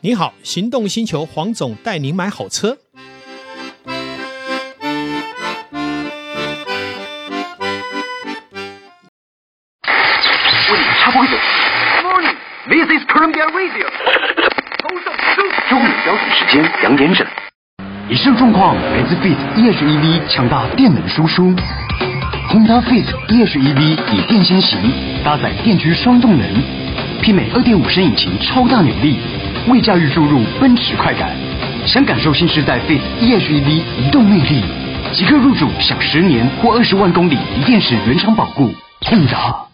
你好，行动星球黄总带您买好车。 Morning, how are you? Morning. This is Colombian Radio. 高盛收中午标准时间两点整。以上状况来自 Fit EHEV 强大电能输出。Honda E Fit EHEV 以电先行，搭载电驱双动能，媲美2.5升引擎超大扭力，为驾驭注入奔驰快感。想感受新时代 E Fit EHEV 移动魅力，即刻入主享十年或二十万公里锂电池原厂保固。Honda。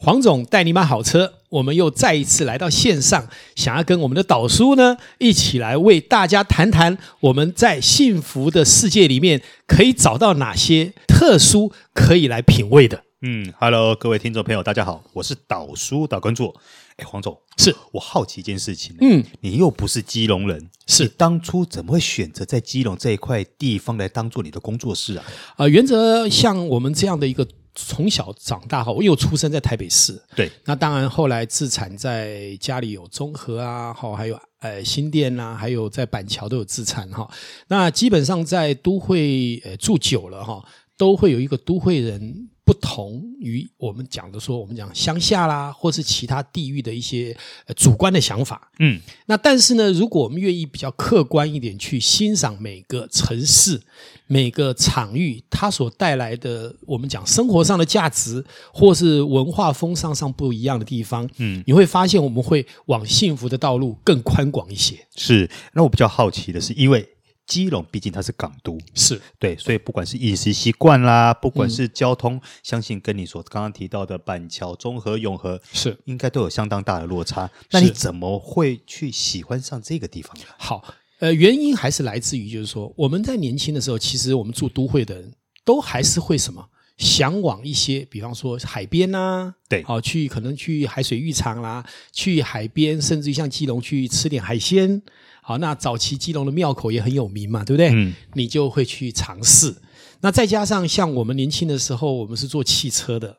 黄总带你买好车，我们又再一次来到线上，想要跟我们的导叔呢一起来为大家谈谈我们在幸福的世界里面可以找到哪些特殊可以来品味的。嗯，Hello，各位听众朋友，大家好，我是导叔导观座。哎，黄总，是我好奇一件事情，嗯，你又不是基隆人，是你当初怎么会选择在基隆这一块地方来当做你的工作室啊？呃，原则像我们这样的一个从小长大哈，我有出生在台北市，对，那当然后来自产在家里有中和啊，好，还有呃新店呐、还有在板桥都有自产哈。那基本上在都会呃住久了哈，都会有一个都会人。不同于我们讲的说，我们讲乡下啦，或是其他地域的一些、呃、主观的想法，嗯，那但是呢，如果我们愿意比较客观一点去欣赏每个城市、每个场域它所带来的，我们讲生活上的价值，或是文化风尚上不一样的地方，嗯，你会发现我们会往幸福的道路更宽广一些。是。那我比较好奇的是，因为基隆毕竟它是港都，是对，所以不管是饮食习惯啦，不管是交通，相信跟你所刚刚提到的板桥、中和、永和，是，应该都有相当大的落差。那是你怎么会去喜欢上这个地方呢？啊好，呃，原因还是来自于就是说，我们在年轻的时候，其实我们住都会的人都还是会什么。向往一些，比方说海边呐、对好、去可能去海水浴场啦，去海边，甚至于像基隆去吃点海鲜，好，那早期基隆的庙口也很有名嘛，对不对？嗯，你就会去尝试。那再加上像我们年轻的时候，我们是做汽车的，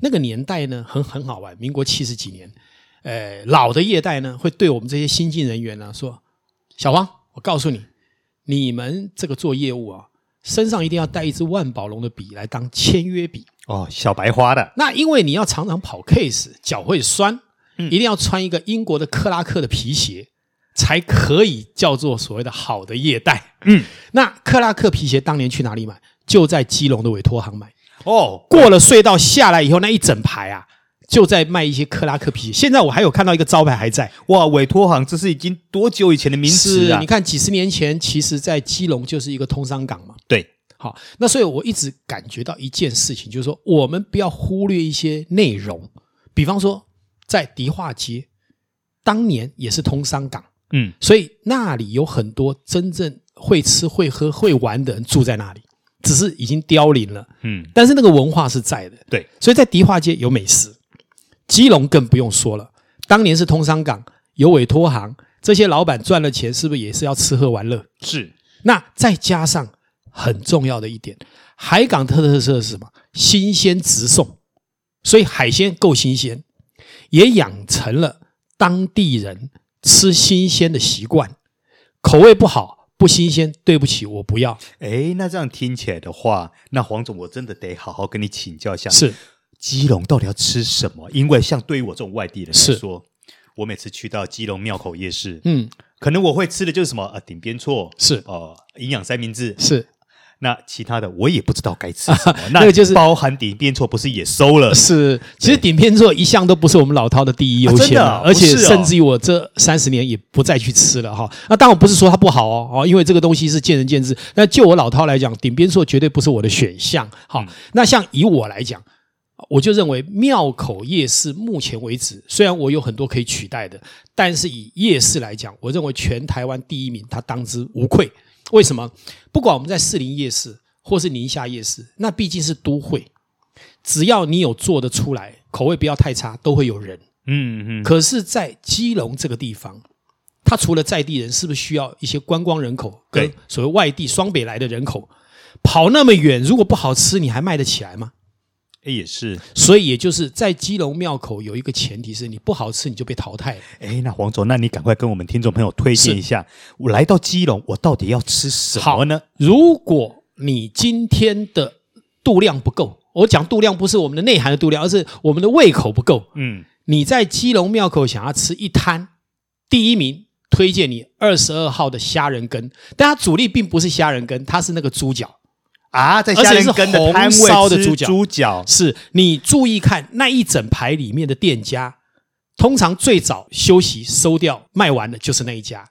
那个年代呢，很很好玩，民国七十几年，呃，老的业代呢，会对我们这些新进人员呢说：“小王，我告诉你，你们这个做业务啊，身上一定要带一支万宝龙的笔来当签约笔。哦，小白花的，那因为你要常常跑 case，脚会酸，嗯一定要穿一个英国的克拉克的皮鞋，才可以叫做所谓的好的业代。嗯，那克拉克皮鞋当年去哪里买？就在基隆的委托行买。哦，过了隧道下来以后，那一整排啊，就在卖一些克拉克皮鞋。现在我还有看到一个招牌还在，哇，委托行这是已经多久以前的名词是啊你？看几十年前，其实在基隆就是一个通商港嘛。对，好，那所以我一直感觉到一件事情，就是说我们不要忽略一些内容，比方说在迪化街，当年也是通商港，嗯，所以那里有很多真正会吃、会喝、会玩的人住在那里，只是已经凋零了，嗯，但是那个文化是在的。对，所以在迪化街有美食，基隆更不用说了，当年是通商港，有委托行，这些老板赚了钱，是不是也是要吃喝玩乐？是那再加上很重要的一点，海港特特色是什么？新鲜直送，所以海鲜够新鲜，也养成了当地人吃新鲜的习惯。口味不好不新鲜，对不起，我不要。哎，那这样听起来的话，那黄总，我真的得好好跟你请教一下，是基隆到底要吃什么？因为像对于我这种外地人是来说，我每次去到基隆庙口夜市，嗯，可能我会吃的就是什么呃顶边错，是哦、营养三明治。是那其他的我也不知道该吃什么， 那个就是包含顶边错，不是也收了？是，其实顶片座一向都不是我们老饕的第一哦优啊真先、的啊而不且是哦甚至于我这三十年也不再去吃了哈。那当然我不是说它不好哦，哦，因为这个东西是见仁见智。那就我老饕来讲，顶边座绝对不是我的选项。嗯好，那像以我来讲。我就认为庙口夜市目前为止，虽然我有很多可以取代的，但是以夜市来讲，我认为全台湾第一名，它当之无愧。为什么？不管我们在士林夜市或是宁夏夜市，那毕竟是都会，只要你有做得出来，口味不要太差，都会有人。嗯嗯，可是，在基隆这个地方，它除了在地人，是不是需要一些观光人口跟对所谓外地双北来的人口跑那么远，如果不好吃，你还卖得起来吗？哎，也是。所以也就是在基隆庙口有一个前提是你不好吃你就被淘汰了。哎，那黄总，那你赶快跟我们听众朋友推荐一下，我来到基隆，我到底要吃什么呢？如果你今天的度量不够，我讲度量不是我们的内涵的度量，而是我们的胃口不够。嗯，你在基隆庙口想要吃一摊，第一名推荐你二十二号的虾仁羹，但它主力并不是虾仁羹，它是那个猪脚。啊，在而且虾仁是羹的红摊位烧的吃猪脚猪脚，是你注意看那一整排里面的店家，通常最早休息收掉卖完的就是那一家。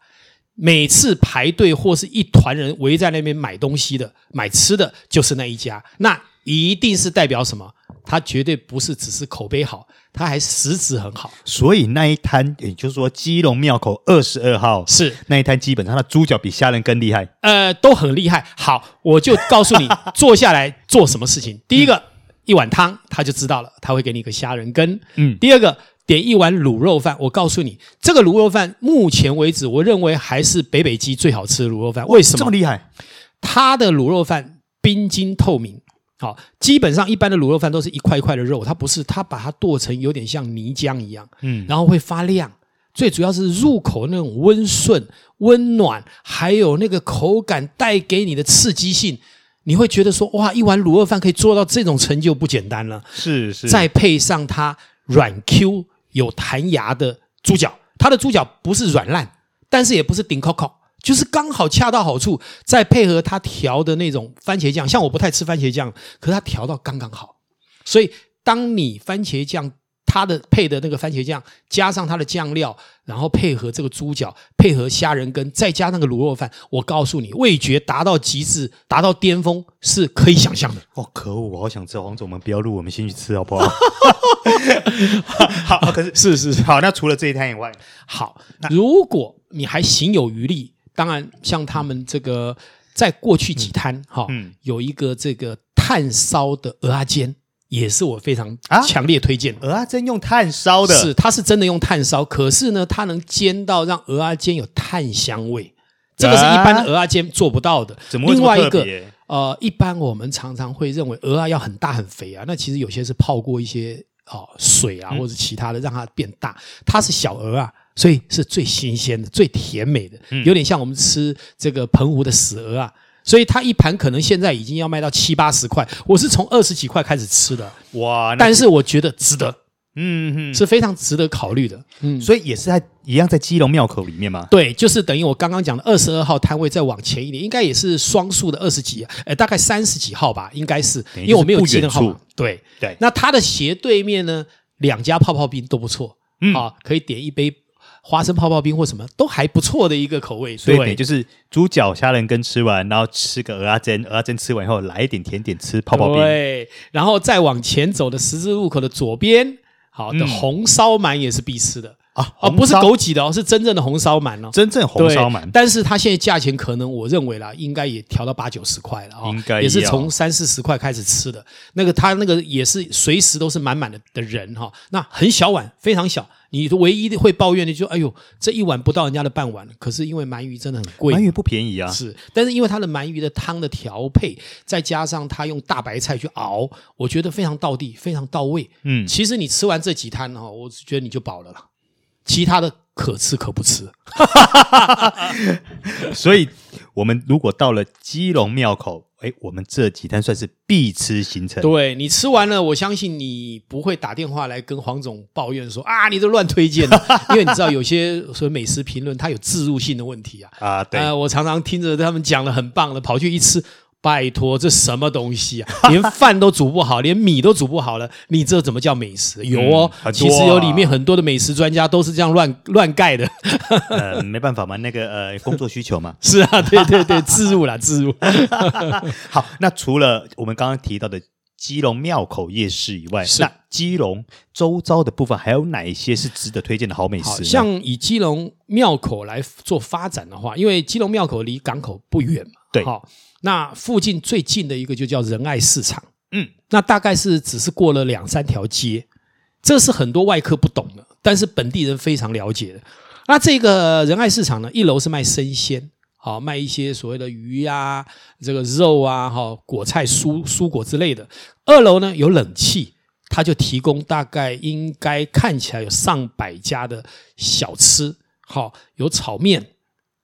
每次排队或是一团人围在那边买东西的、买吃的，就是那一家。那一定是代表什么？它绝对不是只是口碑好，它还实质很好。所以那一摊，也就是说基隆庙口二十二号是那一摊，基本上它猪脚比虾仁更厉害。呃，都很厉害。好，我就告诉你 坐下来做什么事情。第一个，一碗汤，他就知道了，他会给你一个虾仁羹。嗯第二个，点一碗卤肉饭，我告诉你，这个卤肉饭目前为止，我认为还是北北基最好吃的卤肉饭。为什这么么？厉害？它的卤肉饭冰晶透明。好，基本上一般的卤肉饭都是一块一块的肉，它不是，它把它剁成有点像泥浆一样。嗯，然后会发亮，最主要是入口那种温顺、温暖，还有那个口感带给你的刺激性，你会觉得说哇，一碗卤肉饭可以做到这种成就不简单了。是是，再配上它软 Q 有弹牙的猪脚，它的猪脚不是软烂，但是也不是顶扣扣。就是刚好恰到好处，再配合它调的那种番茄酱，像我不太吃番茄酱，可是它调到刚刚好，所以当你番茄酱它的配的那个番茄酱，加上它的酱料，然后配合这个猪脚，配合虾仁羹，再加那个卤肉饭，我告诉你，味觉达到极致，达到巅峰是可以想象的。哦，可恶，我好想吃黄总，我们不要录，我们先去吃好不 好？好，可是是是是，好，那除了这一摊以外，好，如果你还行有余力，当然像他们这个在过去几摊哈、嗯有一个这个炭烧的鹅阿煎，也是我非常啊强烈推荐的。鹅啊，真用炭烧的，是，它是真的用炭烧，可是呢，它能煎到让鹅啊煎有炭香味，这个是一般的鹅啊煎做不到的。怎么会这另么外一特个别呃，一般我们常常会认为鹅啊要很大很肥啊，那其实有些是泡过一些哦水嗯啊或者其他的让它变大，它是小鹅啊。所以是最新鲜的、最甜美的，嗯有点像我们吃这个澎湖的死鹅啊。所以它一盘可能现在已经要卖到七八十块，我是从二十几块开始吃的，哇，那但是我觉得值得，嗯嗯嗯，是非常值得考虑的。嗯，所以也是在一样在基隆庙口里面嘛。对，就是等于我刚刚讲的二十二号摊位再往前一点，应该也是双数的二十几，呃，大概三十几号吧，应该是，于因为我没有记就是那不号远码处。对对那它的斜对面呢，两家泡泡冰都不错，嗯啊，可以点一杯花生泡泡冰或什么，都还不错的一个口味。所以对等于就是猪脚虾仁羹吃完，然后吃个鹅啊煎，鹅啊煎吃完以后来一点甜点，吃泡泡冰。对，然后再往前走的十字路口的左边，好的嗯红烧鳗也是必吃的啊啊，红不是烧枸杞的哦，是真正的红烧鳗哦。真正红对，烧鳗，但是它现在价钱可能我认为啦，应该也调到八九十块了啊、应该也是要从三四十块开始吃的。那个它那个也是随时都是满满的的人哈、那很小碗，非常小。你唯一会抱怨的就哎呦，这一碗不到人家的半碗，可是因为鳗鱼真的很贵鳗。鱼不便宜啊，是，但是因为它的鳗鱼的汤的调配，再加上它用大白菜去熬，我觉得非常到地，非常到位。嗯，其实你吃完这几摊哈、哦，我觉得你就饱了啦，其他的可吃可不吃。所以我们如果到了基隆庙口，哎，我们这几摊算是必吃行程。对你吃完了，我相信你不会打电话来跟黄总抱怨说啊，你都乱推荐 了，因为你知道有些所谓美食评论它有置入性的问题啊。啊， 对，呃，我常常听着他们讲的很棒的，跑去一吃，拜托，这什么东西啊？ 连饭都煮不好，连米都煮不好了，你这怎么叫美食？有哦，嗯很多啊其实有里面很多的美食专家都是这样乱乱盖的。 。呃，没办法嘛，那个呃，工作需求嘛 是啊，对对对，置入啦，置入。好，那除了我们刚刚提到的基隆庙口夜市以外，是那基隆周遭的部分还有哪一些是值得推荐的好美食好呢？像以基隆庙口来做发展的话，因为基隆庙口离港口不远嘛，对好、那附近最近的一个就叫仁爱市场，嗯，那大概是只是过了两三条街，这是很多外科不懂的，但是本地人非常了解的。那这个仁爱市场呢，一楼是卖生鲜，好、卖一些所谓的鱼啊、这个肉啊、哈、果菜、蔬蔬果之类的。二楼呢有冷气，它就提供大概应该看起来有上百家的小吃，好、有炒面，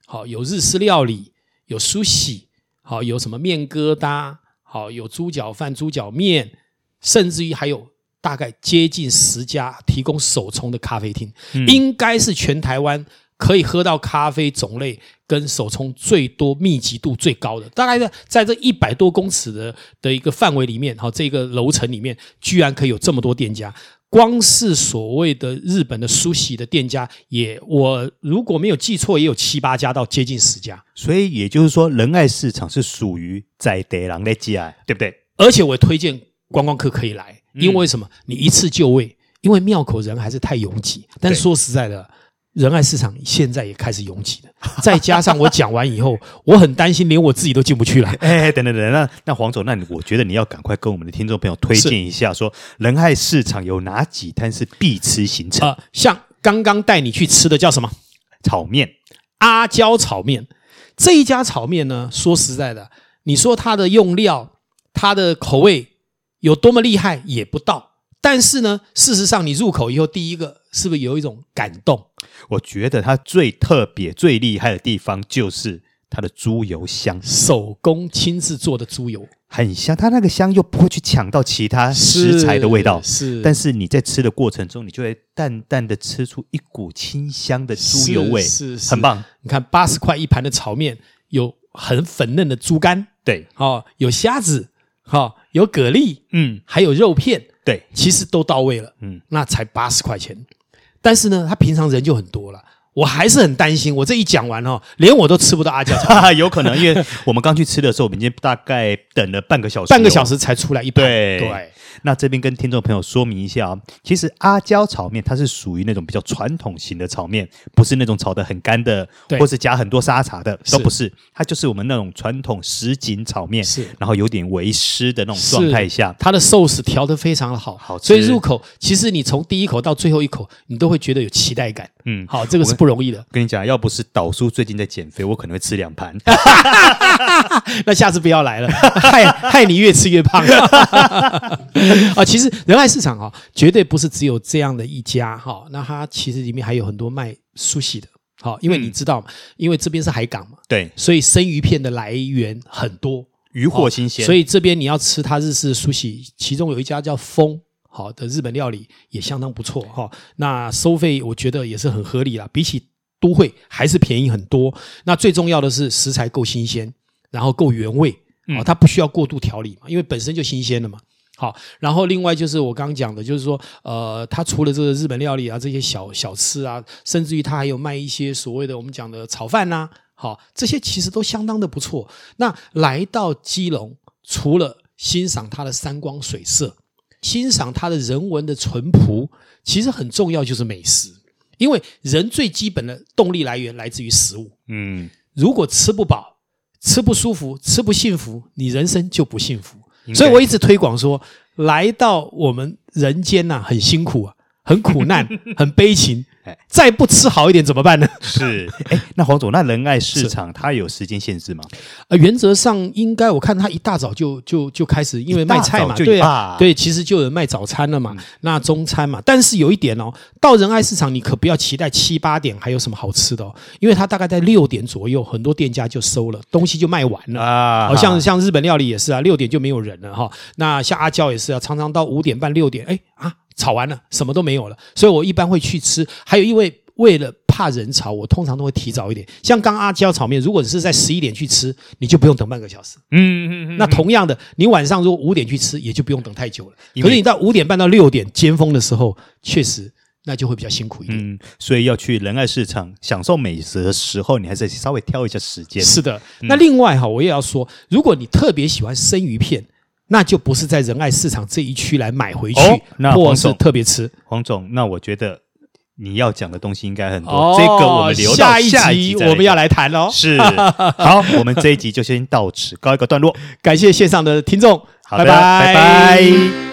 好、有日式料理，有苏喜，好、有什么面疙瘩，好、有猪脚饭、猪脚面，甚至于还有大概接近十家提供手冲的咖啡厅，应该是全台湾可以喝到咖啡种类跟手冲最多、密集度最高的。大概在在这一百多公尺的的一个范围里面，好、这个楼层里面，居然可以有这么多店家。光是所谓的日本的苏喜的店家也，我如果没有记错，也有七八家到接近十家。所以也就是说，仁爱市场是属于在地人的家，对 不对？而且我也推荐观光客可以来，因为什么？你一次就位，因为庙口人还是太拥挤。但是对说实在的，仁爱市场现在也开始拥挤了。再加上我讲完以后， 我很担心连我自己都进不去了。哎，等等等等，那那黄总，那你我觉得你要赶快跟我们的听众朋友推荐一下，说仁爱市场有哪几摊是必吃行程？呃，像刚刚带你去吃的叫什么？炒面，阿胶炒面。这一家炒面呢，说实在的，你说它的用料、它的口味有多么厉害也不到，但是呢，事实上你入口以后，第一个是不是有一种感动？我觉得它最特别、最厉害的地方就是它的猪油香，手工亲自做的猪油很香，它那个香又不会去抢到其他食材的味道。是，但是是你在吃的过程中，你就会淡淡的吃出一股清香的猪油味，是是很棒。你看八十块一盘的炒面，有很粉嫩的猪肝，对，哦，有虾子，哦，有蛤蜊，嗯，还有肉片，对，其实都到位了，嗯，那才八十块钱。但是呢，他平常人就很多了，我还是很担心，我这一讲完哦，连我都吃不到阿胶 炒面，哈哈，有可能，因为我们刚去吃的时候，我们已经大概等了半个小时，半个小。时才出来一盘，对对，那这边跟听众朋友说明一下啊，其实阿胶炒面它是属于那种比较传统型的炒面，不是那种炒的很干的，对或是加很多沙茶的，是都不是，它就是我们那种传统什锦炒面，是然后有点微湿的那种是状态下，它的寿司调得非常的好，好吃所以入口其实你从第一口到最后一口，你都会觉得有期待感。嗯 好，这个是不容易的。跟你讲，要不是导叔最近在减肥，我可能会吃两盘。那下次不要来了， 害害你越吃越胖。 啊，其实仁爱市场哈、绝对不是只有这样的一家哈、那它其实里面还有很多卖苏喜的。好、因为你知道嘛，因为这边是海港嘛，对，所以生鱼片的来源很多。鱼货新鲜，哦所哦以以这边你要吃它日式苏喜，其中有一家叫风。好的日本料理也相当不错哈、那收费我觉得也是很合理啦，比起都会还是便宜很多。那最重要的是食材够新鲜，然后够原味，嗯哦，它不需要过度调理嘛，因为本身就新鲜了嘛。好，然后另外就是我刚刚讲的，就是说，呃，它除了这个日本料理啊，这些小小吃啊，甚至于它还有卖一些所谓的我们讲的炒饭呐、好，这些其实都相当的不错。那来到基隆，除了欣赏它的山光水色，欣赏它的人文的淳朴，其实很重要就是美食，因为人最基本的动力来源来自于食物。嗯，如果吃不饱、吃不舒服、吃不幸福，你人生就不幸福。应该所以我一直推广说，来到我们人间呐、很辛苦啊，很苦难，很悲情哎。再不吃好一点怎么办呢？是。 哎，那黄总，那仁爱市场它有时间限制吗？呃，原则上应该我看他一大早就就就开始，因为卖菜一大嘛，早就对啊嗯啊，对，其实就有人卖早餐了嘛，那中餐嘛。但是有一点哦，到仁爱市场你可不要期待七八点还有什么好吃的哦，因为它大概在六点左右，很多店家就收了，东西就卖完了。啊好、像像日本料理也是啊，六点就没有人了哈。那像阿胶也是啊，常常到五点半六点，哎啊，炒完了，什么都没有了。所以我一般会去吃。还有因为为了怕人潮，我通常都会提早一点。像刚阿胶炒面，如果你是在十一点去吃，你就不用等半个小时。嗯嗯嗯，那同样的，你晚上如果五点去吃，也就不用等太久了。因为可是你到五点半到六点尖峰的时候，确实那就会比较辛苦一点。嗯，所以要去仁爱市场享受美食的时候，你还是稍微挑一下时间。是的，嗯那另外哈，我也要说，如果你特别喜欢生鱼片，那就不是在仁爱市场这一区来买回去，哦那或黄是总特别吃。黄总，那我觉得你要讲的东西应该很多，哦这个我们留到下一集再我们要讲。来谈哦。是好，我们这一集就先到此告一个段落。感谢线上的听众，好的，拜拜